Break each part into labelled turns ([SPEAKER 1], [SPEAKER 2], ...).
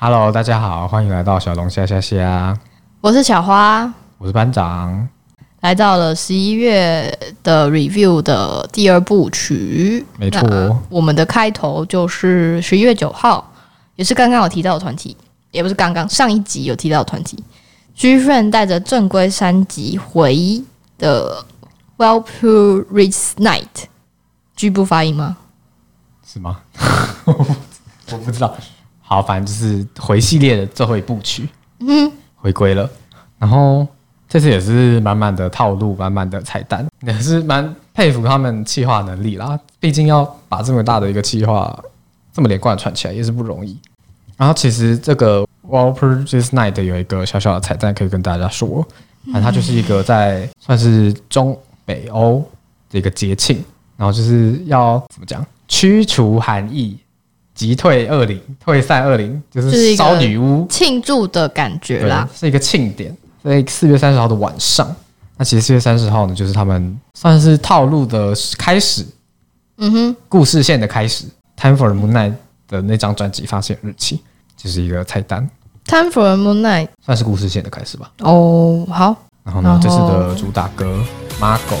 [SPEAKER 1] Hello，大家好，欢迎来到小龙虾虾虾，
[SPEAKER 2] 我是小花，
[SPEAKER 1] 我是班长。
[SPEAKER 2] 来到了十一月的 review 的第二部曲。
[SPEAKER 1] 没错
[SPEAKER 2] 那我们的开头就是十一月九号，也是刚刚有提到的团体，也不是刚刚上一集有提到的团体。G Friend 带着正规三级回的 Wellpool Rich Night。G 不发音吗？
[SPEAKER 1] 是吗？ 我不知道。好，反正就是回系列的最后一部曲，
[SPEAKER 2] 嗯，
[SPEAKER 1] 回归了。然后这次也是满满的套路，满满的彩蛋，也是蛮佩服他们企划能力啦。毕竟要把这么大的一个企划这么连贯地串起来，也是不容易。然后其实这个 Walper This Night 有一个小小的彩蛋可以跟大家说，反正它就是一个在算是中北欧的一个节庆，然后就是要怎么讲，驱除寒意，击退恶灵，退散恶灵，就
[SPEAKER 2] 就是
[SPEAKER 1] 是
[SPEAKER 2] 一个
[SPEAKER 1] 烧女巫，
[SPEAKER 2] 庆祝的感觉
[SPEAKER 1] 对，
[SPEAKER 2] 啦。
[SPEAKER 1] 是一个庆典，在四月三十号的晚上。那其实四月三十号呢，就是他们算是套路的开始，
[SPEAKER 2] 嗯哼，
[SPEAKER 1] 故事线的开始。Time for the Moon Night 的那张专辑发行日期，就是一个菜单，
[SPEAKER 2] 《Time for a Moon Night》
[SPEAKER 1] 算是故事线的开始吧。
[SPEAKER 2] 哦，好，
[SPEAKER 1] 然后呢，
[SPEAKER 2] 然后
[SPEAKER 1] 这次的主打歌《Margo》，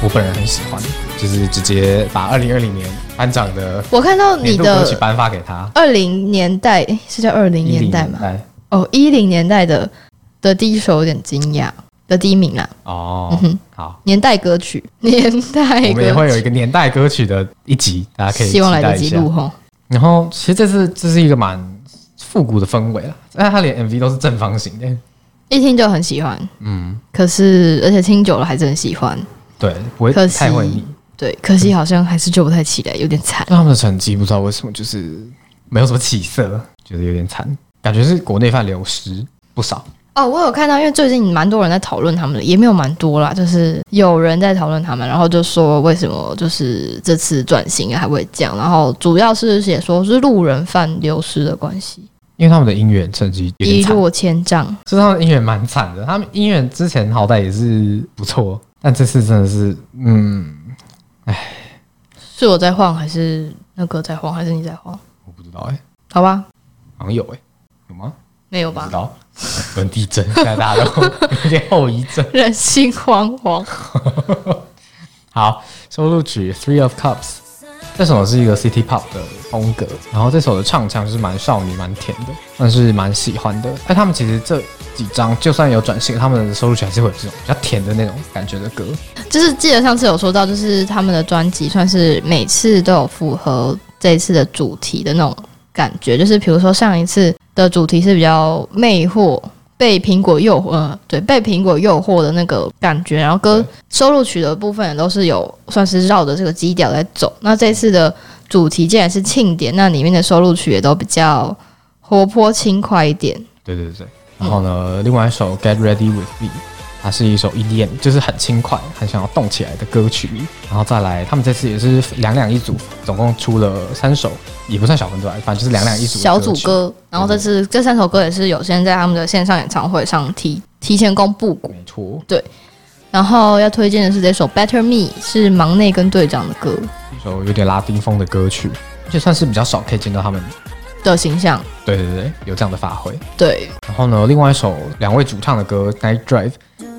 [SPEAKER 1] 我本人很喜欢，就是直接把二零二零年班长的
[SPEAKER 2] 我看到
[SPEAKER 1] 年
[SPEAKER 2] 你
[SPEAKER 1] 度歌
[SPEAKER 2] 的
[SPEAKER 1] 曲颁发给他。
[SPEAKER 2] 二零年代诶是叫二零
[SPEAKER 1] 10
[SPEAKER 2] 年代
[SPEAKER 1] 年
[SPEAKER 2] 吗？
[SPEAKER 1] 代
[SPEAKER 2] 哦，一零年代的的第一首有点惊讶的第一名啦，嗯
[SPEAKER 1] 哦，好，
[SPEAKER 2] 年代歌曲， 年代
[SPEAKER 1] 我们也
[SPEAKER 2] 歌
[SPEAKER 1] 会
[SPEAKER 2] 曲，
[SPEAKER 1] 有一个年代歌曲的一集，大家可以
[SPEAKER 2] 希望
[SPEAKER 1] 期
[SPEAKER 2] 来
[SPEAKER 1] 待
[SPEAKER 2] 得
[SPEAKER 1] 一
[SPEAKER 2] 及
[SPEAKER 1] 下
[SPEAKER 2] 录吼。
[SPEAKER 1] 然后其实这是这是一个蛮复古的氛围啦，但它连 MV 都是正方形的，
[SPEAKER 2] 一听就很喜欢，嗯，可是而且听久了还是很喜欢，
[SPEAKER 1] 对，不会
[SPEAKER 2] 可惜
[SPEAKER 1] 太会腻。
[SPEAKER 2] 对，可惜好像还是救不太起来，有点惨。
[SPEAKER 1] 但他们的成绩不知道为什么就是没有什么起色，觉得有点惨，感觉是国内饭流失不少。
[SPEAKER 2] 哦，我有看到，因为最近蛮多人在讨论他们的，也没有蛮多啦，就是有人在讨论他们，然后就说为什么就是这次转型还会这样，然后主要是写说是路人贩流失的关系，
[SPEAKER 1] 因为他们的音源成绩有点
[SPEAKER 2] 一
[SPEAKER 1] 惨，
[SPEAKER 2] 落千丈。
[SPEAKER 1] 就是他们的音源蛮惨的。他们音源之前好歹也是不错，但这次真的是，嗯，
[SPEAKER 2] 是我在晃，还是那个在晃，还是你在晃？
[SPEAKER 1] 我不知道哎、
[SPEAKER 2] 好吧，
[SPEAKER 1] 好像有哎、有吗？
[SPEAKER 2] 没有
[SPEAKER 1] 不知
[SPEAKER 2] 吧？
[SPEAKER 1] 道，有地震，现在大家都 有点后遗症。
[SPEAKER 2] 人心惶惶。
[SPEAKER 1] 好，收录曲《Three of Cups》这首是一个 City Pop 的风格，然后这首的唱腔就是蛮少女、蛮甜的，但是蛮喜欢的。哎但他们其实这几张就算有转型，他们的收录曲还是会有这种比较甜的那种感觉的歌。
[SPEAKER 2] 就是记得上次有说到，就是他们的专辑算是每次都有符合这一次的主题的那种感觉，就是比如说上一次的主题是比较魅惑。被苹果诱惑，呃，对，被苹果诱惑的那个感觉，然后歌
[SPEAKER 1] 对
[SPEAKER 2] 收录曲的部分也都是有算是绕着这个基调在走。那这次的主题既然是庆典，那里面的收录曲也都比较活泼轻快一点。
[SPEAKER 1] 对对对。然后呢，另外一首《Get Ready with Me》，它是一首 EDM，就是很轻快、很想要动起来的歌曲。然后再来，他们这次也是两两一组，总共出了三首，也不算小分队啊，反正就是两两一组的
[SPEAKER 2] 小组
[SPEAKER 1] 曲
[SPEAKER 2] 歌，然后这次这三首歌也是有先在他们的线上演唱会上提提前公布过。
[SPEAKER 1] 没错。
[SPEAKER 2] 然后要推荐的是这首《Better Me》，是忙内跟队长的歌
[SPEAKER 1] 一首有点拉丁风的歌曲，就算是比较少可以见到他们，
[SPEAKER 2] 的形象。
[SPEAKER 1] 对对对，有这样的发挥。
[SPEAKER 2] 对，
[SPEAKER 1] 然后呢，另外一首两位主唱的歌《Night Drive》，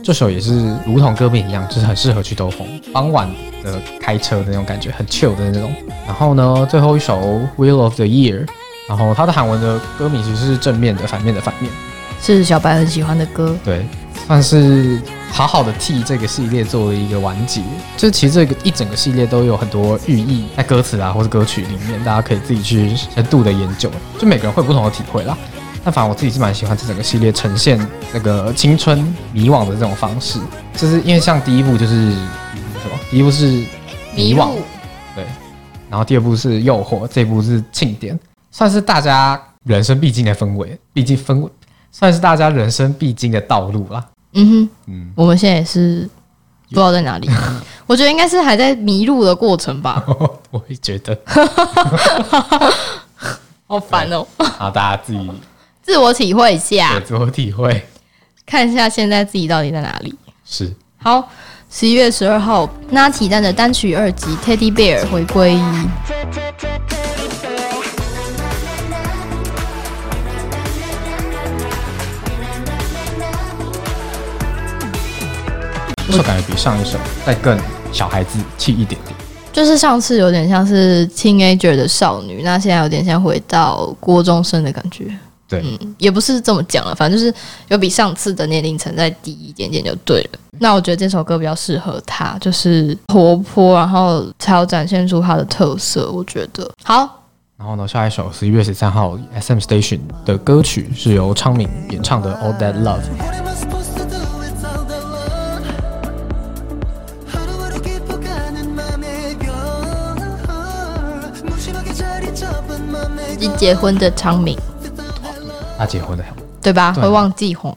[SPEAKER 1] 这首也是如同歌名一样，就是很适合去兜风，傍晚的开车的那种感觉，很 chill 的那种。然后呢，最后一首《Will of the Year》，然后它的韩文的歌名其实是正面的、反面的反面，
[SPEAKER 2] 是小白很喜欢的歌。
[SPEAKER 1] 对，算是好好的替这个系列做了一个完结。就其实这个一整个系列都有很多寓意在歌词啊，或是歌曲里面，大家可以自己去深度的研究，就每个人会有不同的体会啦。但反正我自己是蛮喜欢这整个系列呈现那个青春迷惘的这种方式，就是因为像第一部就是什么，第一部是迷惘，然后第二部是诱惑，这部是庆典，算是大家人生必经的氛围，毕竟氛围算是大家人生必经的道路啦。
[SPEAKER 2] 嗯哼，
[SPEAKER 1] 嗯，
[SPEAKER 2] 我们现在也是不知道在哪里， 我觉得应该是还在迷路的过 程吧。
[SPEAKER 1] 我也觉得，
[SPEAKER 2] 好烦哦，
[SPEAKER 1] 然后大家自己
[SPEAKER 2] 自我体会一下
[SPEAKER 1] 有，自我体会。
[SPEAKER 2] 看一下现在自己到底在哪里。
[SPEAKER 1] 是
[SPEAKER 2] 好，十一月十二号，Natty 带着单曲二辑《Teddy Bear》回归。
[SPEAKER 1] 这首感觉比上一首再更小孩子气一点点。
[SPEAKER 2] 就是上次有点像是 teenager 的少女，那现在有点像回到国中生的感觉。
[SPEAKER 1] 对
[SPEAKER 2] 嗯，也不是这么讲了，反正就是有比上次的年龄层再低一点点就对了。那我觉得这首歌比较适合她，就是活泼，然后才有展现出她的特色。我觉得好，
[SPEAKER 1] 然后呢，下一首十一月十三号 SM Station 的歌曲是由昌明演唱的《All That Love》。
[SPEAKER 3] What am I supposed to do? It's all the love. 하루하루 깊어가는 맘의 병. 무심하게 자리 잡은 맘의
[SPEAKER 2] 已结婚的昌明，
[SPEAKER 1] 他结婚了，
[SPEAKER 2] 对吧？
[SPEAKER 1] 对
[SPEAKER 2] 会忘记红，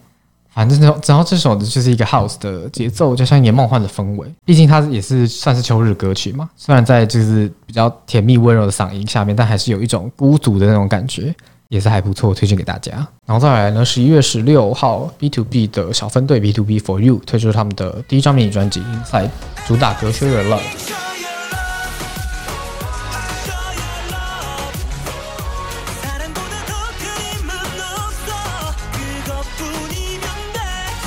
[SPEAKER 1] 反正然后然后这首就是一个 house 的节奏，加上一点梦幻的氛围。毕竟它也是算是秋日歌曲嘛，虽然在就是比较甜蜜温柔的嗓音下面，但还是有一种孤独的那种感觉，也是还不错，推荐给大家。然后再来呢，十一月十六号 B to B 的小分队 B to B for You 推出他们的第一张迷你专辑《Inside》，主打歌《Show Your Love》。
[SPEAKER 3] 사랑보다 더 그림은 없어. 그것뿐이면 돼.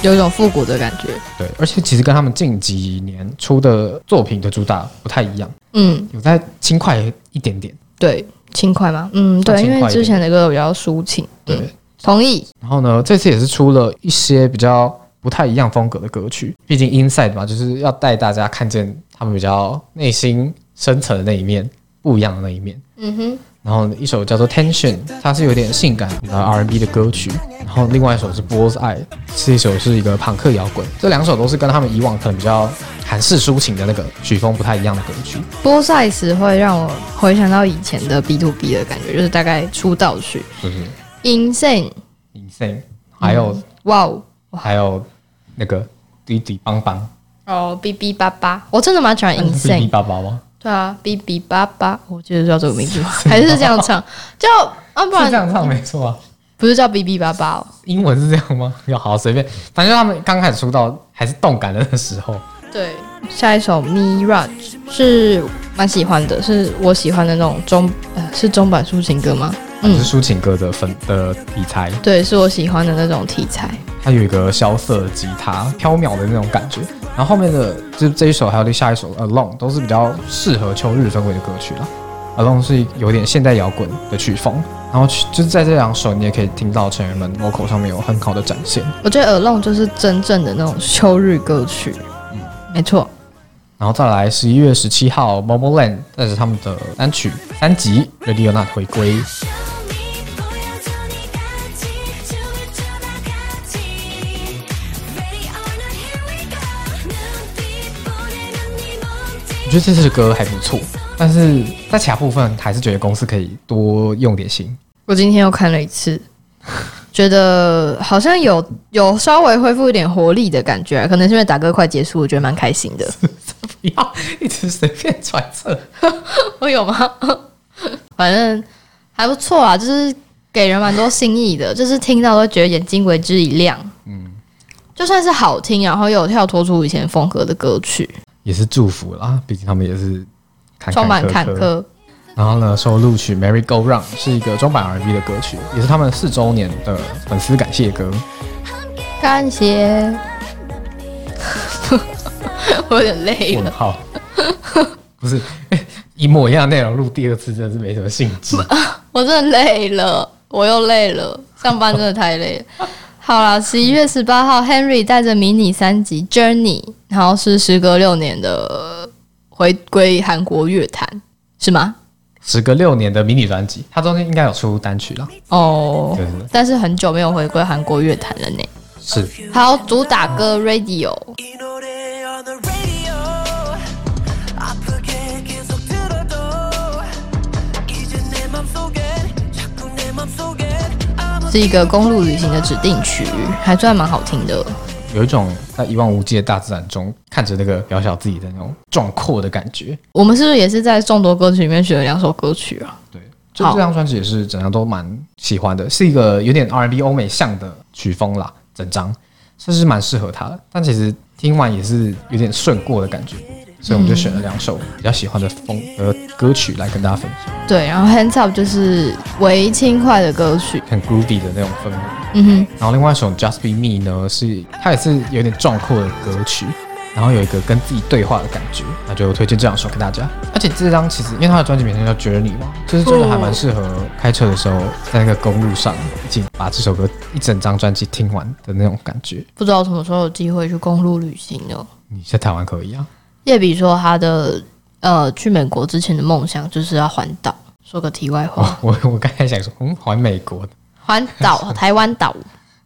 [SPEAKER 2] 有一种复古的感觉。
[SPEAKER 1] 对，而且其实跟他们近几年出的作品的主打不太一样，
[SPEAKER 2] 嗯，
[SPEAKER 1] 有在轻快一点点。
[SPEAKER 2] 对，轻快吗？嗯，对，
[SPEAKER 1] 轻
[SPEAKER 2] 因
[SPEAKER 1] 快一点
[SPEAKER 2] 为之前的歌比较抒情。
[SPEAKER 1] 对，
[SPEAKER 2] 嗯，同意。
[SPEAKER 1] 然后呢，这次也是出了一些比较不太一样风格的歌曲，毕竟 Inside 嘛，就是要带大家看见他们比较内心深层的那一面，不一样的那一面。
[SPEAKER 2] 嗯哼。
[SPEAKER 1] 然后一首叫做 Tension，它是有点性感呃 R&B 的歌曲，然后另外一首是 Bull's Eye，是一首是一个朋克摇滚，这两首都是跟他们以往可能比较韩式抒情的那个曲风不太一样的歌曲。
[SPEAKER 2] 播 size 会让我回想到以前的 B to B 的感觉，就是大概出道曲
[SPEAKER 1] 就是
[SPEAKER 2] Insane，
[SPEAKER 1] Insane，还有、
[SPEAKER 2] 哇哦，
[SPEAKER 1] 还有那个滴滴邦邦，
[SPEAKER 2] 哦 B B 八八，我真的蛮喜欢
[SPEAKER 1] 那是哔哔
[SPEAKER 2] Insane，
[SPEAKER 1] 叭叭吗？
[SPEAKER 2] 对啊 B B 八八，我记得叫这个名字吗？还是这样唱，叫啊不
[SPEAKER 1] 是这
[SPEAKER 2] 然
[SPEAKER 1] 样唱没错啊，
[SPEAKER 2] 不是叫 B B 八八哦，
[SPEAKER 1] 英文是这样吗？ 要好随便，反正他们刚开始出道还是动感的那时候，
[SPEAKER 2] 对，下一首 Mirage 是蛮喜欢的，是我喜欢的那种中呃是中版抒情歌吗？
[SPEAKER 1] 就
[SPEAKER 2] 嗯
[SPEAKER 1] 是，抒情歌的粉的题材，
[SPEAKER 2] 对，是我喜欢的那种题材，
[SPEAKER 1] 它有一个萧瑟的吉他飘渺的那种感觉。然后后面的就是这一首还有下一首《Alone》都是比较适合秋日氛围的歌曲啦。《Alone》是有点现代摇滚的曲风，然后去就是在这两首你也可以听到成员们 vocal 上面有很好的展现。
[SPEAKER 2] 我觉得 Alone 就是真正的那种秋日歌曲，没错。
[SPEAKER 1] 然后再来十一月十七号，Momo Land 带着他们的单曲三集《Radio Not》回归。
[SPEAKER 4] 쇼미 보여줘 네 가치 춤을 추다 같이 Ready or not here we go 눈빛 보내면 네 몸짓
[SPEAKER 1] 我觉得这次的歌还不错，但是在其他部分还是觉得公司可以多用点心。
[SPEAKER 2] 我今天又看了一次， 觉得好像有有稍微恢复一点活力的感觉、啊可能是因为打歌快结束，我觉得蛮开心 的。
[SPEAKER 1] 不要一直随便揣测。
[SPEAKER 2] 我有吗？ 反正还不错啊，就是给人蛮多新意的，就是听到都觉得眼睛为之一亮。嗯，就算是好听，然后又有跳脱出以前风格的歌曲，
[SPEAKER 1] 也是祝福啦，毕竟他们也是坎
[SPEAKER 2] 充满
[SPEAKER 1] 坎坷
[SPEAKER 2] 坎
[SPEAKER 1] 坷。
[SPEAKER 2] 坷。
[SPEAKER 1] 然后呢，收录曲《Merry Go Round》是一个中版 R&B 的歌曲，也是他们四周年的粉丝感谢歌。
[SPEAKER 2] 感谢， 我有点累
[SPEAKER 1] 问
[SPEAKER 2] 了。
[SPEAKER 1] 号， 不是、一模一样的内容录第二次，真的是没什么兴 致。
[SPEAKER 2] 我真的累了，我又累了，上班真的太累 了。好啦，十一月十八号，Henry 带着迷你三辑《Journey》，然后是时隔六年的回归韩国乐坛，是吗？
[SPEAKER 1] 时隔六年的迷你专辑，它中间应该有出单曲啦，
[SPEAKER 2] 哦、
[SPEAKER 1] 对
[SPEAKER 2] 但是很久没有回归韩国乐坛了呢。
[SPEAKER 1] 是
[SPEAKER 2] 好，主打歌《Radio》，
[SPEAKER 3] 이 노래 on the radio 아프게 계속 들어도 이제 내 맘속엔 자꾸 내 맘속엔 아무
[SPEAKER 2] 是一个公路旅行的指定曲，还算蛮好听的。
[SPEAKER 1] 有一种在一望无际的大自然中，看着那个渺小自己的那种壮阔的感觉。
[SPEAKER 2] 我们是不是也是在众多歌曲里面选了两首歌曲啊？
[SPEAKER 1] 对，就
[SPEAKER 2] 好
[SPEAKER 1] 这张专辑也是整张都蛮喜欢的，是一个有点 R&B 欧美向的曲风啦，整张算是蛮适合他的。但其实听完也是有点顺过的感觉，所以我们就选了两首比较喜欢的风格歌曲来跟大家分享，
[SPEAKER 2] 对，然后 Hands Up 就是为轻快的歌曲，
[SPEAKER 1] 很 groovy 的那种氛围。
[SPEAKER 2] 嗯
[SPEAKER 1] 然后另外一首《Just Be Me》呢，是它也是有点壮阔的歌曲，然后有一个跟自己对话的感觉，那就推荐这两首给大家。而且这张其实因为它的专辑名称叫《Journey》嘛，就是真的还蛮适合开车的时候在那个公路上一起把这首歌一整张专辑听完的那种感觉
[SPEAKER 2] 哼。，不知道什么时候有机会去公路旅行呢？
[SPEAKER 1] 你在台湾可以啊？
[SPEAKER 2] 叶比说他的呃去美国之前的梦想就是要环岛。说个题外
[SPEAKER 1] 哦
[SPEAKER 2] 话，，
[SPEAKER 1] 我我刚才想说，嗯，环美国的
[SPEAKER 2] 环岛 台湾岛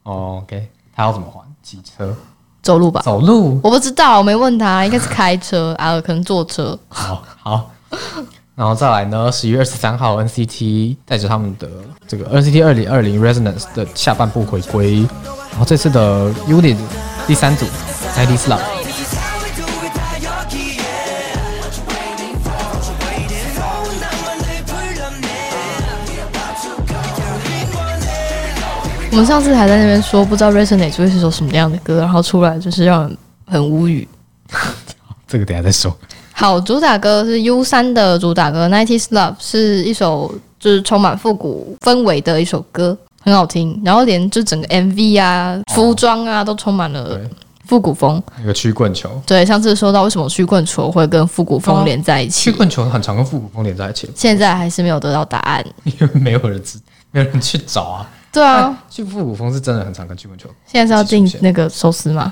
[SPEAKER 1] 哦，OK，他要怎么环？骑车、
[SPEAKER 2] 走路吧，
[SPEAKER 1] 走路？
[SPEAKER 2] 我不知道，我没问他，应该是开车啊，可能坐车。
[SPEAKER 1] 好好。然后再来呢，十一月二十三号，NCT 带着他们的这个 NCT 二零二零 Resonance 的下半部回归，然后这次的 Unit 第三组 i d s l o v
[SPEAKER 3] This is how we do it 다 여기에 What you waiting for? What you waiting for? 나만을 불렀네 We about to go Girl, we want it
[SPEAKER 2] 我们上次还在那边说，不知道 Resonate 会是首什么样的歌，然后出来就是让人很无语。
[SPEAKER 1] 这个等一下再说。
[SPEAKER 2] 好，主打歌是 U 三的主打歌《Nineties Love》，是一首就是充满复古氛围的一首歌，很好听。然后连就整个 MV 啊、服装啊都充满了
[SPEAKER 1] 对
[SPEAKER 2] 复古风。
[SPEAKER 1] 那个曲棍球，
[SPEAKER 2] 对，上次说到为什么曲棍球会跟复古风连在一
[SPEAKER 1] 哦曲
[SPEAKER 2] 起，
[SPEAKER 1] 棍球很常跟复古风连在一起，
[SPEAKER 2] 现在还是没有得到答案。
[SPEAKER 1] 因为没有人知，没有人去找啊。
[SPEAKER 2] 对啊，
[SPEAKER 1] 去复古风是真的很常跟曲棍球，
[SPEAKER 2] 现在是要
[SPEAKER 1] 一
[SPEAKER 2] 订
[SPEAKER 1] 起出现
[SPEAKER 2] 那个寿司吗？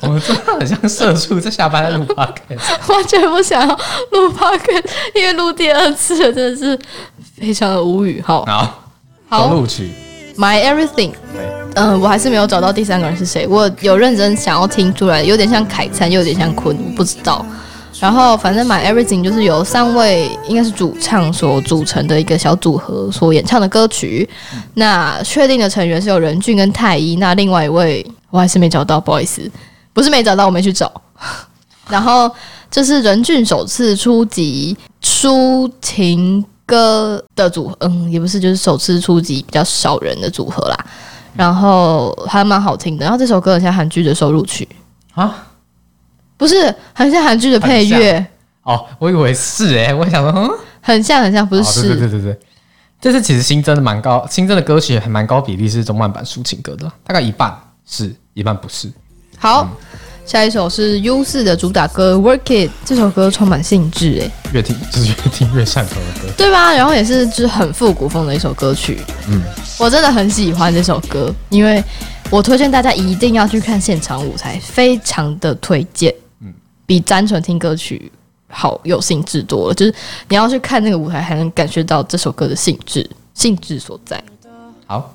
[SPEAKER 1] 我们真的很像社畜在下班在录 podcast。
[SPEAKER 2] 完全不想要录 p o d 因为录第二次了真的是非常的无语。好
[SPEAKER 1] 好，
[SPEAKER 2] 好
[SPEAKER 1] 录取。
[SPEAKER 2] ，My Everything，
[SPEAKER 1] 对，
[SPEAKER 2] 嗯，我还是没有找到第三个人是谁。我有认真想要听出来，有点像凯灿，又有点像坤，我不知道。然后反正 My Everything 就是由三位应该是主唱所组成的一个小组合所演唱的歌曲。那确定的成员是有任俊跟太一，那另外一位我还是没找到，不好意思，不是没找到，我没去找。然后这是任俊首次出辑抒情歌的组合，嗯，也不是，就是首次出辑比较少人的组合啦。然后还蛮好听的。然后这首歌很像韩剧的收录曲，
[SPEAKER 1] 啊，
[SPEAKER 2] 不是很像韩剧的配乐，
[SPEAKER 1] 哦，我以为是哎、我想说，嗯。
[SPEAKER 2] 很像很像，不是
[SPEAKER 1] 哦对对
[SPEAKER 2] 是。
[SPEAKER 1] 对对对，这次其实新增的蛮高，新增的歌曲还蛮高比例是中慢版抒情歌的，大概一半是，一半不是。
[SPEAKER 2] 好，
[SPEAKER 1] 嗯
[SPEAKER 2] 下一首是 U 四的主打歌《Work It》，这首歌充满兴致欸诶、
[SPEAKER 1] 越听 就是越听越上头的歌，
[SPEAKER 2] 对吧？然后也是就是很复古风的一首歌曲，
[SPEAKER 1] 嗯，
[SPEAKER 2] 我真的很喜欢这首歌，因为我推荐大家一定要去看现场舞台，非常的推荐，嗯，比单纯听歌曲好有兴致多了，就是你要去看那个舞台，还能感觉到这首歌的性质，性质所在。
[SPEAKER 1] 好。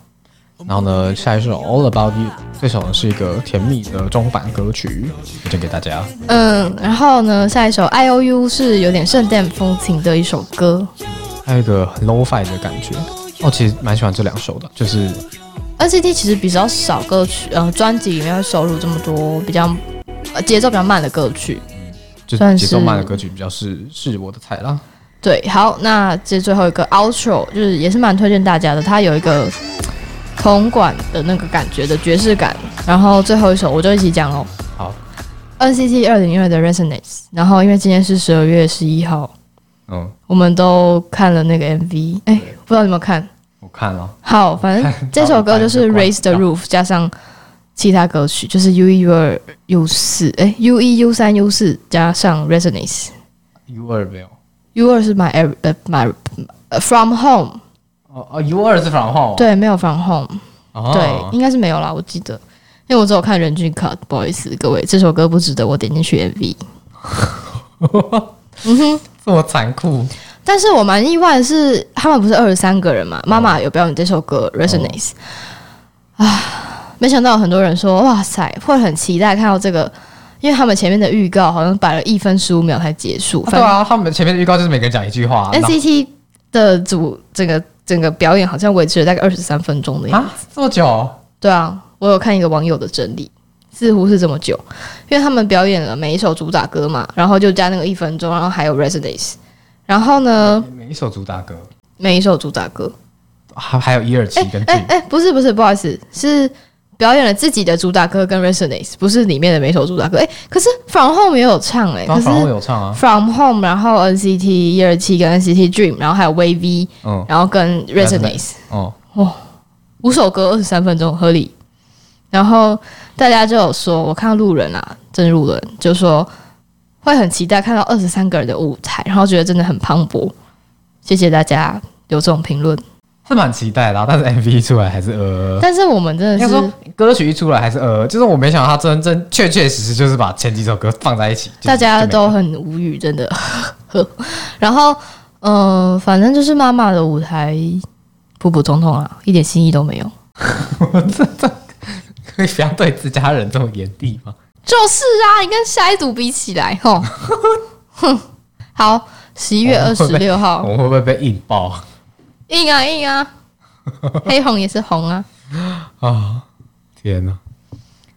[SPEAKER 1] 然后呢，下一首《All About You》，这首呢是一个甜蜜的中版歌曲，推荐给大家。
[SPEAKER 2] 嗯，然后呢，下一首《I O U》是有点圣诞风情的一首歌，
[SPEAKER 1] 还有一个很 low fi 的感觉，哦，其实蛮喜欢这两首的，就是
[SPEAKER 2] ，NCT 其实比较少歌曲，呃，专辑里面会收录这么多比较呃节奏比较慢的歌曲。
[SPEAKER 1] 就是
[SPEAKER 2] 算
[SPEAKER 1] 节
[SPEAKER 2] 是
[SPEAKER 1] 奏慢的歌曲比较是是我的菜啦。
[SPEAKER 2] 对，好，那这最后一个 outro 就是也是蛮推荐大家的，它有一个铜管的那个感觉的爵士感。然后最后一首我就一起讲哦
[SPEAKER 1] 好，
[SPEAKER 2] ，NCT 二零二的 Resonance。然后因为今天是十二月十一号，
[SPEAKER 1] 嗯，
[SPEAKER 2] 我们都看了那个 MV，哎、不知道你有没有看？
[SPEAKER 1] 我看哦了，
[SPEAKER 2] 好，反正这首歌就是 Raise the Roof 加上其他歌曲，就是 U 一 U 二 U 四，哎，U 一 U 三 U 四加上 Resonance。
[SPEAKER 1] U 二没有，
[SPEAKER 2] U 二是 My Every 呃 My 呃 From Home，
[SPEAKER 1] 哦哦，U 二是反号，，
[SPEAKER 2] 对，没有 From Home，
[SPEAKER 1] 哦、
[SPEAKER 2] 对，应该是没有啦，我记得，因为我只有看人均 cut，不好意思各位，这首歌不值得我点进去 MV。嗯哼，
[SPEAKER 1] 这么残酷，
[SPEAKER 2] 但是我蛮意外的是，他们不是二十三个人
[SPEAKER 1] 哦
[SPEAKER 2] 嘛？妈妈有表演这首歌《Resonates》啊，没想到有很多人说哇塞，会很期待看到这个，因为他们前面的预告好像摆了一分十五秒才结束。
[SPEAKER 1] 对啊，他们前面的预告就是每个人讲一句话、啊然后
[SPEAKER 2] NCT 的组整个整个表演好像维持了大概二十三分钟的样子。
[SPEAKER 1] 啊，这么久？
[SPEAKER 2] 对啊，我有看一个网友的整理，似乎是这么久，因为他们表演了每一首主打歌嘛，然后就加那个一分钟，然后还有 Resonates，然后呢，
[SPEAKER 1] 每一首主打歌，
[SPEAKER 2] 每一首主打歌，
[SPEAKER 1] 啊还还有一二
[SPEAKER 2] 哎
[SPEAKER 1] 七跟 G，
[SPEAKER 2] 哎哎，不是不是，不好意思，是表演了自己的主打歌跟 Resonance，不是里面的每首主打歌。哎、可是 From Home 也有唱哎、
[SPEAKER 1] 然
[SPEAKER 2] 可
[SPEAKER 1] 后
[SPEAKER 2] 是
[SPEAKER 1] 反而有唱啊，
[SPEAKER 2] From Home，然后 NCT 一二七 E 跟 NCT Dream，然后还有 VV，
[SPEAKER 1] 嗯，
[SPEAKER 2] 然后跟
[SPEAKER 1] Resonance
[SPEAKER 2] Resonance
[SPEAKER 1] 哦，
[SPEAKER 2] 五首歌二十三分钟合理。然后大家就有说，我看到路人啊，真路人就说会很期待看到二十三个人的舞台，然后觉得真的很磅礴。谢谢大家有这种评论，
[SPEAKER 1] 是蛮期待的啊、但是 MV 一出来还是呃，
[SPEAKER 2] 但是我们真
[SPEAKER 1] 应该
[SPEAKER 2] 的是
[SPEAKER 1] 说歌曲一出来还是呃，就是我没想到他真真确确实实就是把前几首歌放在一起，就是
[SPEAKER 2] 大家
[SPEAKER 1] 就没
[SPEAKER 2] 都很无语，真的。 然后，嗯、反正就是妈妈的舞台普普通通啊，一点新意都没有。
[SPEAKER 1] 可以不要对自家人这么严厉吗？
[SPEAKER 2] 就是啊，你跟下一组比起来，吼， 哼，好，十 一月
[SPEAKER 1] 我
[SPEAKER 2] 二
[SPEAKER 1] 们会
[SPEAKER 2] 十
[SPEAKER 1] 被
[SPEAKER 2] 六号
[SPEAKER 1] 我，们会不会被引爆啊
[SPEAKER 2] 硬啊硬 啊，黑红也是红啊。
[SPEAKER 1] 啊？天哪！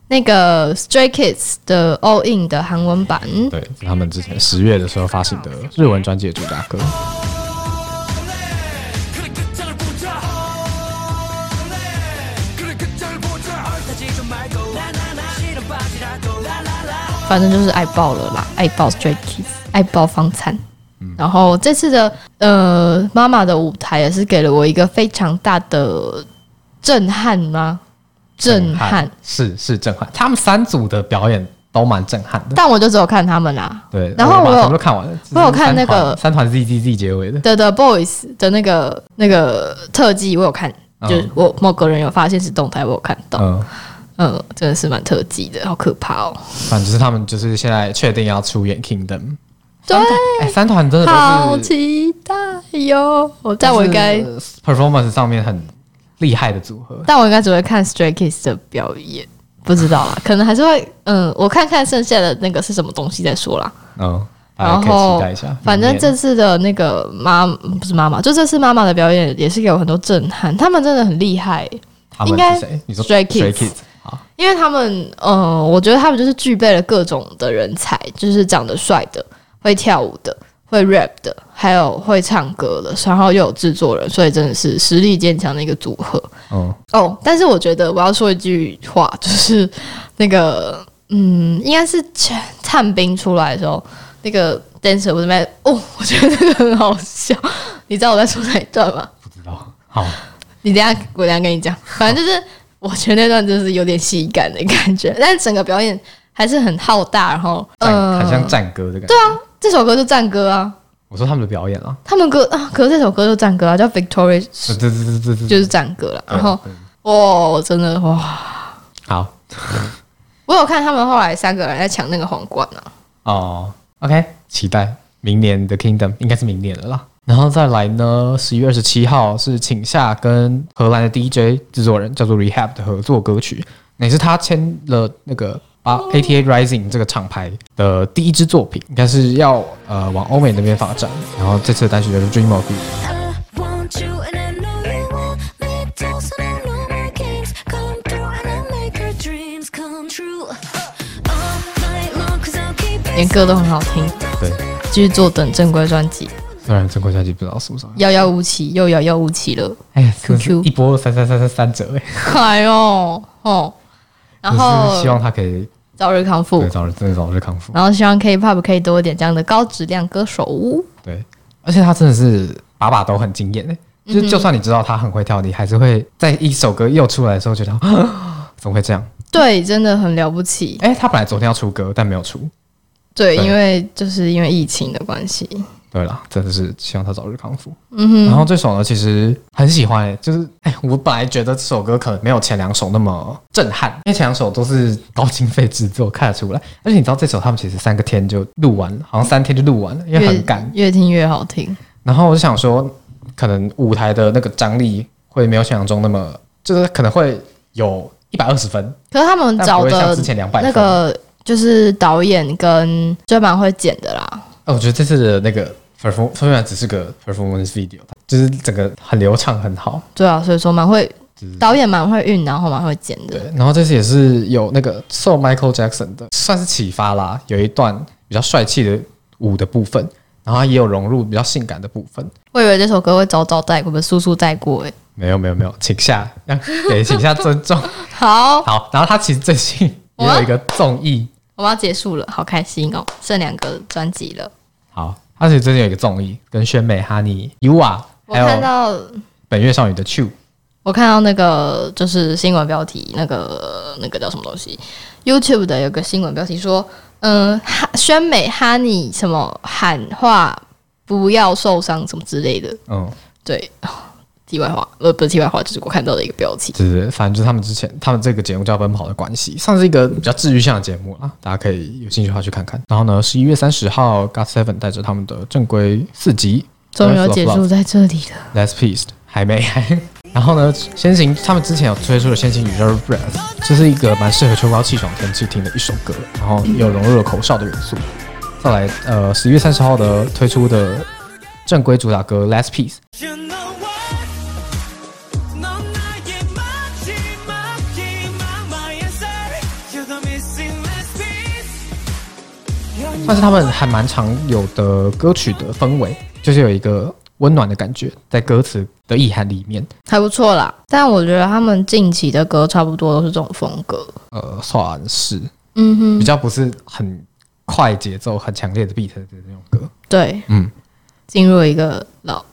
[SPEAKER 2] 那个 Stray Kids 的 All In 的韩文版，
[SPEAKER 1] 对，是他们之前十月的时候发行的日文专辑的主打歌。
[SPEAKER 3] 그래 끝장을 보자 그래 끝장을 보자 얼타지 좀 말고 나나나 실은 빠지라도 라라라
[SPEAKER 2] 反正就是爱爆了啦，爱爆 Stray Kids，爱爆方灿。
[SPEAKER 1] 嗯
[SPEAKER 2] 然后这次的呃妈妈的舞台也是给了我一个非常大的震撼吗？震撼，
[SPEAKER 1] 是是震撼，他们三组的表演都蛮震撼的。
[SPEAKER 2] 但我就只有看他们啦。
[SPEAKER 1] 对，
[SPEAKER 2] 然后
[SPEAKER 1] 我
[SPEAKER 2] 我
[SPEAKER 1] 把全部
[SPEAKER 2] 有
[SPEAKER 1] 都看完了，
[SPEAKER 2] 我有看那个
[SPEAKER 1] 三团 Z Z Z 结尾的，
[SPEAKER 2] The The Boys 的那个那个特技，我有看，
[SPEAKER 1] 嗯
[SPEAKER 2] 就是我某个人有发现是动态，我有看到，
[SPEAKER 1] 嗯，
[SPEAKER 2] 嗯，真的是蛮特技的，好可怕哦。
[SPEAKER 1] 反正就是他们就是现在确定要出演 Kingdom。
[SPEAKER 2] 对，
[SPEAKER 1] 哎，三团真的
[SPEAKER 2] 好
[SPEAKER 1] 都是，
[SPEAKER 2] 期待哟！我但我应该，
[SPEAKER 1] 就是 performance 上面很厉害的组合。
[SPEAKER 2] 但我应该只会看 Stray Kids 的表演，不 知道啦，可能还是会，嗯，我看看剩下的那个是什么东西再说啦。
[SPEAKER 1] 嗯，大
[SPEAKER 2] 然
[SPEAKER 1] 家可以期
[SPEAKER 2] 后
[SPEAKER 1] 待一下。，
[SPEAKER 2] 反
[SPEAKER 1] 明
[SPEAKER 2] 正
[SPEAKER 1] 年
[SPEAKER 2] 这次的那个妈不是妈妈，就这次妈妈的表演也是给我很多震撼，他们真的很厉害，
[SPEAKER 1] 他们
[SPEAKER 2] 应该
[SPEAKER 1] 是谁？你说
[SPEAKER 2] Stray
[SPEAKER 1] Stray
[SPEAKER 2] Kids
[SPEAKER 1] Kids 好，
[SPEAKER 2] 因为他们，嗯，我觉得他们就是具备了各种的人才，就是长得帅的，会跳舞的，会 rap 的，还有会唱歌的，然后又有制作人，所以真的是实力坚强的一个组合。
[SPEAKER 1] 嗯，
[SPEAKER 2] 哦，但是我觉得我要说一句话，就是那个，嗯，应该是参探兵出来的时候，那个 dancer 我这边，哦，我觉得那个很好笑，你知道我在说哪一段吗？
[SPEAKER 1] 不知道。好，
[SPEAKER 2] 你等一下，我等一下跟你讲。反正就是，我觉得那段就是有点戏感的感觉， 但整个表演还是很浩大。然后，
[SPEAKER 1] 战很像
[SPEAKER 2] 呃，
[SPEAKER 1] 战歌的感觉。对啊，
[SPEAKER 2] 这首歌就战歌啊，
[SPEAKER 1] 我说他们的表演啊，
[SPEAKER 2] 他们歌啊，可是这首歌就战歌啊，叫 Victory，
[SPEAKER 1] 对对对对对，
[SPEAKER 2] 就是战歌了。
[SPEAKER 1] 对
[SPEAKER 2] 然后，
[SPEAKER 1] 对
[SPEAKER 2] 哇、
[SPEAKER 1] 嗯
[SPEAKER 2] 我真的哇，
[SPEAKER 1] 好
[SPEAKER 2] 我有看他们后来三个人在抢那个皇冠啊。
[SPEAKER 1] 哦，OK，期待明年的 Kingdom 应该是明年了啦。然后再来呢，十一月二十七号是请下跟荷兰的 DJ 制作人叫做 Rehab 的合作歌曲，也是他签了那个八
[SPEAKER 2] 哦
[SPEAKER 1] ATA Rising 这个厂牌的第一支作品，应该是要呃往欧美那边发展。然后这次的单曲叫做 Dream of You。
[SPEAKER 4] I want you and I know you want me too. So now no more games. Come through and I make your dreams come true. All night long, 'cause I'll keep it
[SPEAKER 2] 连歌都很好听，
[SPEAKER 1] 对，
[SPEAKER 2] 继续做等正规专辑，
[SPEAKER 1] 虽然正规专辑不知道什么时候，
[SPEAKER 2] 遥遥无期，又遥遥无期了。
[SPEAKER 1] 哎呀，真的是
[SPEAKER 2] QQ
[SPEAKER 1] 一波三三三三三折哎、
[SPEAKER 2] 哎呦，哦，然
[SPEAKER 1] 就是
[SPEAKER 2] 后
[SPEAKER 1] 希望他可以
[SPEAKER 2] 早日康复
[SPEAKER 1] 对。早日真的早日康复。
[SPEAKER 2] 然后希望 K-pop 可以多一点这样的高质量歌手。
[SPEAKER 1] 对，而且他真的是把把都很惊艳诶，就是就算你知道他很会跳，你还是会在一首歌又出来的时候觉得，啊怎么会这样？
[SPEAKER 2] 对，真的很了不起。
[SPEAKER 1] 哎、他本来昨天要出歌，但没有出。
[SPEAKER 2] 对，
[SPEAKER 1] 对
[SPEAKER 2] 因为就是因为疫情的关系，
[SPEAKER 1] 对了，真的是希望他早日康复。嗯哼。然后这首呢，其实很喜欢、诶就是哎、我本来觉得这首歌可能没有前两首那么震撼，因为前两首都是高经费制作，看得出来。而且你知道这首他们其实三个天就录完了，好像三天就录完了，因为
[SPEAKER 2] 越
[SPEAKER 1] 很赶。
[SPEAKER 2] 越听越好听。
[SPEAKER 1] 然后我就想说，可能舞台的那个张力会没有想象中那么，就是可能会有一百二十分，
[SPEAKER 2] 可是他们
[SPEAKER 1] 但不
[SPEAKER 2] 嗯找
[SPEAKER 1] 会像
[SPEAKER 2] 的
[SPEAKER 1] 之前两百
[SPEAKER 2] 那
[SPEAKER 1] 分。
[SPEAKER 2] 个就是导演跟追版会剪的啦，
[SPEAKER 1] 哦，我觉得这次的那个 perform 虽然只是个 performance video，就是整个很流畅很好。
[SPEAKER 2] 对啊，所以说蛮会
[SPEAKER 1] 就是
[SPEAKER 2] 导演蛮会运，然后蛮会剪
[SPEAKER 1] 对
[SPEAKER 2] 的。，
[SPEAKER 1] 然后这次也是有那个受 Michael Jackson 的算是启发啦，有一段比较帅气的舞的部分，然后也有融入比较性感的部分。
[SPEAKER 2] 我以为这首歌会早早带过，不是速速带过诶、
[SPEAKER 1] 没有没有没有，请下，给请下尊 重。
[SPEAKER 2] 欸好，
[SPEAKER 1] 好，然后他其实最近也有一个综艺，
[SPEAKER 2] 我们要结束了，好开心哦，剩两个专辑了。
[SPEAKER 1] 好，他其实最近有一个综艺跟宣美、哈尼、u a
[SPEAKER 2] 我
[SPEAKER 1] 还
[SPEAKER 2] 看
[SPEAKER 1] 有
[SPEAKER 2] 到
[SPEAKER 1] 本月少女的 Chu，
[SPEAKER 2] 我看到那个就是新闻标题，那个那个叫什么东西？YouTube 的有个新闻标题说，嗯，哈宣美哈尼什么喊话不要受伤什么之类的。
[SPEAKER 1] 嗯，
[SPEAKER 2] 对， 题外话，呃，不是题外话，就是我看到的一个标题。
[SPEAKER 1] 就是反正就是他们之前他们这个节目叫《奔跑的关系》，算是一个比较治愈向的节目啦，大家可以有兴趣的话去看看。然后呢，十一月三十号，God Seven 带着他们的正规四集，
[SPEAKER 2] 终于要结束在这里了。
[SPEAKER 1] Let's Peace 还没 还。然后呢，先行他们之前有推出的《先行宇宙 Breath》，这是一个蛮适合秋高气爽天气听的一首歌，然后也有融入了口哨的元素。再来，呃，十一月三十号的推出的正规主打歌《Let's Peace》，
[SPEAKER 3] You know what? 넌 나의 마지막 희망, my answer. You're the missing last piece.
[SPEAKER 1] 算是他们还蛮常有的歌曲的氛围，就是有一个温暖的感觉在歌词的意涵里面。
[SPEAKER 2] 还不错啦，但我觉得他们近期的歌差不多都是这种风格。
[SPEAKER 1] 呃，算是
[SPEAKER 2] 嗯
[SPEAKER 1] 比
[SPEAKER 2] 哼，
[SPEAKER 1] 较不是很快节奏、很强烈的 beat 的那种歌。
[SPEAKER 2] 对，
[SPEAKER 1] 嗯，
[SPEAKER 2] 进入一个老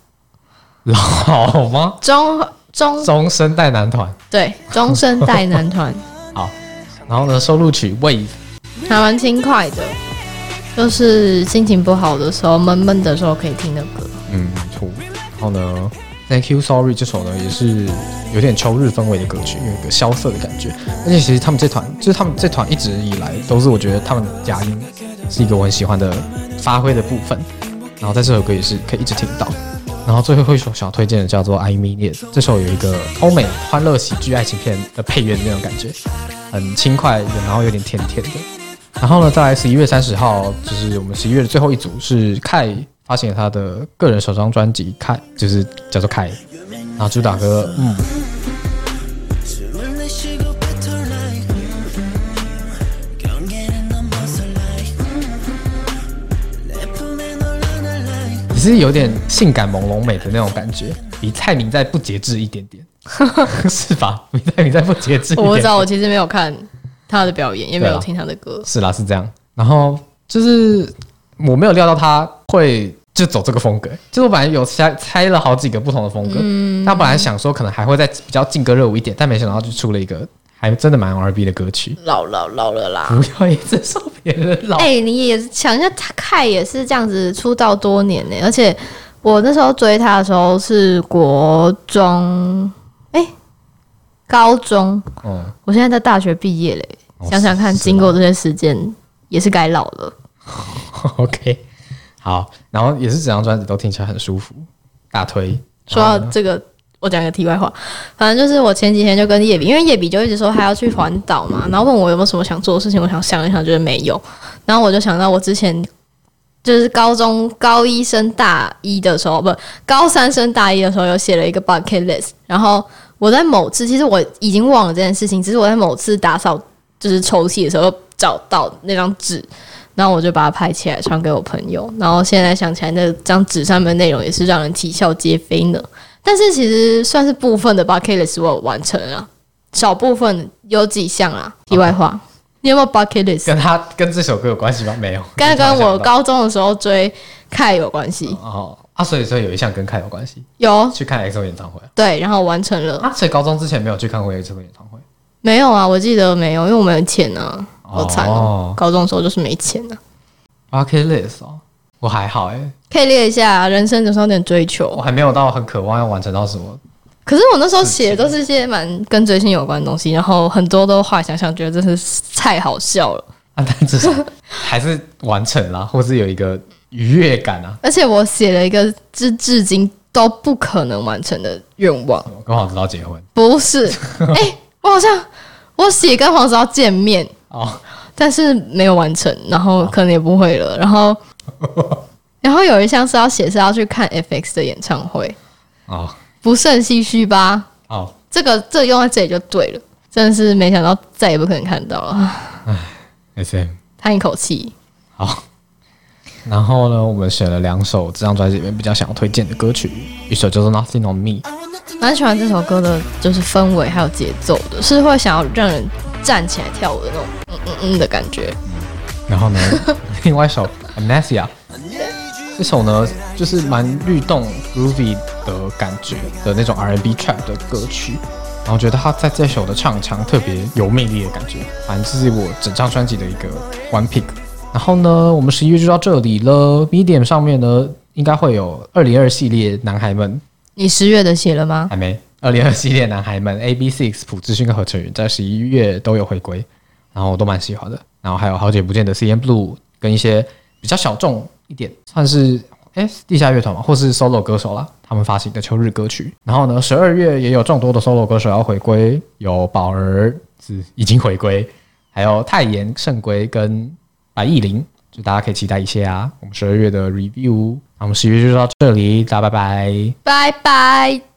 [SPEAKER 1] 老吗？
[SPEAKER 2] 中中
[SPEAKER 1] 中生代男团。
[SPEAKER 2] 对中生代男团，
[SPEAKER 1] 好，然后呢，收录曲《Wave》
[SPEAKER 2] 还蛮轻快的，就是心情不好的时候、闷闷的时候可以听的 歌。
[SPEAKER 1] 嗯，没错。然后呢，《Thank You Sorry》这首呢也是有点秋日氛围的歌曲，有一个萧瑟的感觉。而且其实他们这团，就是他们这团一直以来都是我觉得他们假音是一个我很喜欢的发挥的部分。然后在这首歌也是可以一直听到。然后最后一首想推荐的叫做《I Mean It》，这首有一个欧美欢乐喜剧爱情片的配乐的那种感觉，很轻快的，然后有点甜甜的。然后呢，再来十一月三十号，就是我们十一月的最后一组是凯发行了他的个人首张专辑《凯》，就是叫做《凯》，然后主打歌嗯，
[SPEAKER 3] 숨을 내쉬고 뱉을 like, 음, 음. 경계는 넘어설 like, 음, 음. 내 품에 널 안을 like.
[SPEAKER 1] 也是有点性感朦胧美的那种感觉，比蔡明再不节制一点 点，是吧？比蔡明再不节制一点点，
[SPEAKER 2] 我不知道，我其实没有看他的表演，也没
[SPEAKER 1] 对
[SPEAKER 2] 有
[SPEAKER 1] 啊
[SPEAKER 2] 听他的歌。
[SPEAKER 1] 是啦，是这样。然后就是我没有料到他会就走这个风格，就是我本来有猜猜了好几个不同的风格，他本来想说可能还会再比较劲歌热舞一点，但没想到就出了一个还真的蛮 R&B 的歌曲。
[SPEAKER 2] 老老老了啦！
[SPEAKER 1] 不要一直说别人 老，
[SPEAKER 2] 哎、你也是想一下，他凯也是这样子出道多年呢、而且我那时候追他的时候是国中，哎、高中，
[SPEAKER 1] 嗯，
[SPEAKER 2] 我现在在大学毕业嘞、
[SPEAKER 1] 哦
[SPEAKER 2] 想想看，
[SPEAKER 1] 是是啊
[SPEAKER 2] 经过这些时间，也是该老了。
[SPEAKER 1] OK，好，然后也是整张专辑都听起来很舒服，大推。
[SPEAKER 2] 说到这个，我讲个题外话，反正就是我前几天就跟叶比，因为叶比就一直说他要去环岛嘛，然后问我有没有什么想做的事情，我想想一想，觉得没有，然后我就想到我之前。就是高中高一升大一的时候，不，高三升大一的时候，有写了一个 bucket list。然后我在某次，其实我已经忘了这件事情，只是我在某次打扫就是抽屉的时候找到那张纸，然后我就把它拍起来传给我朋友，然后现在想起来那张纸上面的内容也是让人啼笑皆非呢。但是其实算是部分的 bucket list 我有完成了，少部分有几项啦。题外话，你有没有 bucket list？
[SPEAKER 1] 跟他跟这首歌有关系吗？没有，
[SPEAKER 2] 跟跟我
[SPEAKER 1] 刚
[SPEAKER 2] 高中的时候追凯有关系，
[SPEAKER 1] 哦啊，所以说有一项跟看有关系，
[SPEAKER 2] 有
[SPEAKER 1] 去看 EXO 演唱会
[SPEAKER 2] 对，然后完成了。
[SPEAKER 1] 啊，所以高中之前没有去看过 EXO 演唱会。
[SPEAKER 2] 没有啊，我记得没有，因为我没有钱啊，好惨哦
[SPEAKER 1] 哦！
[SPEAKER 2] 高中的时候就是没钱啊。
[SPEAKER 1] Bucket list 哦，我还好哎、
[SPEAKER 2] 可以列一下、啊人生总是有点追求啊
[SPEAKER 1] 我。还没有到很渴望要完成到什么。
[SPEAKER 2] 可是我那时候写的都是一些蛮跟追星有关的东西，然后很多都话想想，觉得真是太好笑了。
[SPEAKER 1] 啊，但至少还是完成啦，或是有一个愉悦感啊。
[SPEAKER 2] 而且我写了一个至至今都不可能完成的愿望，
[SPEAKER 1] 我跟黄子韬结婚
[SPEAKER 2] 不是？哎、我好像我写跟黄子韬见面，
[SPEAKER 1] 哦，
[SPEAKER 2] 但是没有完成，然后可能也不会了。然后，然后有一项是要写是要去看 FX 的演唱会，
[SPEAKER 1] 哦，
[SPEAKER 2] 不胜唏嘘吧？
[SPEAKER 1] 哦，
[SPEAKER 2] 这个这个用在这里就对了，真的是没想到再也不可能看到了，
[SPEAKER 1] S M
[SPEAKER 2] 叹一口气。
[SPEAKER 1] 好。然后呢，我们选了两首这张专辑里面比较想要推荐的歌曲，一首叫做《Nothing on Me》，
[SPEAKER 3] I want nothing
[SPEAKER 2] 蛮喜欢这首歌的，就是氛围还有节奏的，是会想要让人站起来跳舞的那种嗯嗯嗯的感觉。
[SPEAKER 1] 然后呢， 另外一首 Amnesia，这首呢就是蛮律动 groovy 的感觉的那种 R&B trap 的歌曲，然后觉得他在这首的唱腔特别有魅力的感觉，反正这是我整张专辑的一个 one pick。然后呢，我们十一月就到这里了，Medium 上面呢应该会有二零二系列男孩们
[SPEAKER 2] 你十月的写了吗？
[SPEAKER 1] 还没。二零二系列男孩们 A B Six 朴智勋跟何成宇在十一月都有回归，然后我都蛮喜欢的。然后还有好久不见的 C N Blue 跟一些比较小众一点，算是哎、地下乐团嘛，或是 solo 歌手啦，他们发行的秋日歌曲。然后呢，十二月也有众多的 solo 歌手要回归，有宝儿是已经回归，还有泰妍圣圭跟白艺玲，就大家可以期待一下啊。我们十二月的 review，那我们十一月就到这里，大家拜拜。
[SPEAKER 2] 拜拜。